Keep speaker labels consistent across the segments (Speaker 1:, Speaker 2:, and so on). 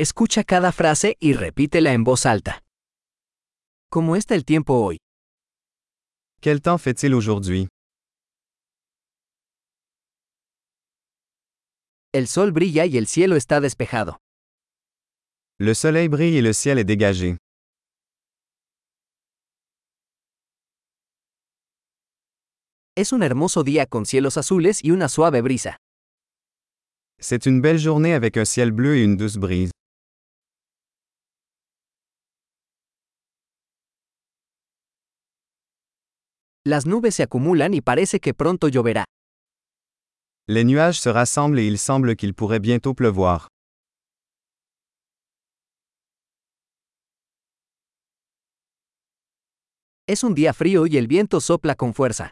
Speaker 1: Escucha cada frase y repítela en voz alta. ¿Cómo está el tiempo hoy?
Speaker 2: Quel temps fait-il aujourd'hui?
Speaker 1: El sol brilla y el cielo está despejado.
Speaker 2: Le soleil brille et le ciel est dégagé.
Speaker 1: Es un hermoso día con cielos azules y una suave brisa.
Speaker 2: C'est une belle journée avec un ciel bleu et une douce brise.
Speaker 1: Las nubes se acumulan y parece que pronto lloverá.
Speaker 2: Les nuages se rassemblent et il semble qu'il pourrait bientôt pleuvoir.
Speaker 1: Es un día frío y el viento sopla con fuerza.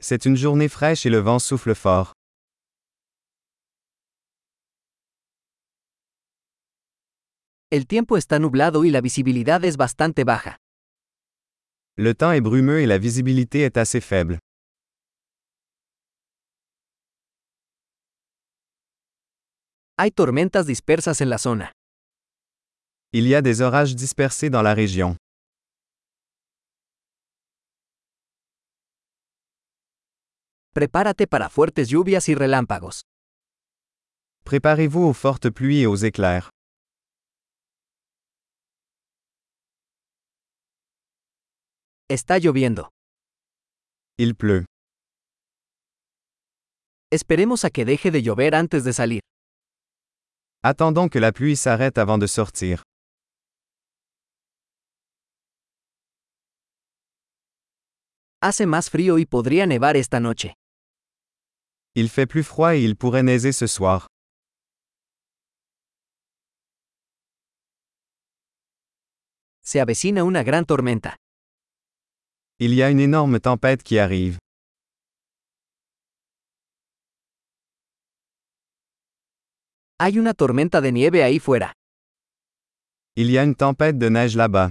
Speaker 2: C'est une journée fraîche et le vent souffle fort.
Speaker 1: El tiempo está nublado y la visibilidad es bastante baja.
Speaker 2: Le temps est brumeux et la visibilité est assez faible.
Speaker 1: Hay tormentas dispersas en la zona.
Speaker 2: Il y a des orages dispersés dans la région.
Speaker 1: Prepárate para fuertes lluvias y relámpagos.
Speaker 2: Préparez-vous aux fortes pluies et aux éclairs.
Speaker 1: Está lloviendo.
Speaker 2: Il pleut.
Speaker 1: Esperemos a que deje de llover antes de salir.
Speaker 2: Attendons que la pluie s'arrête avant de sortir.
Speaker 1: Hace más frío y podría nevar esta noche.
Speaker 2: Il fait plus froid et il pourrait neiger ce soir.
Speaker 1: Se avecina una gran tormenta.
Speaker 2: Il y a une énorme tempête qui arrive.
Speaker 1: Hay una tormenta de nieve ahí fuera.
Speaker 2: Il y a une tempête de neige là-bas.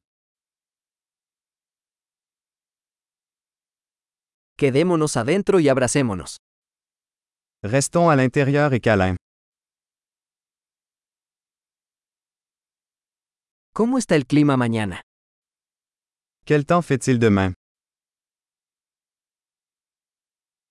Speaker 1: Quedémonos adentro y abracémonos.
Speaker 2: Restons à l'intérieur et câlin.
Speaker 1: ¿Cómo está el clima mañana?
Speaker 2: Quel temps fait-il demain?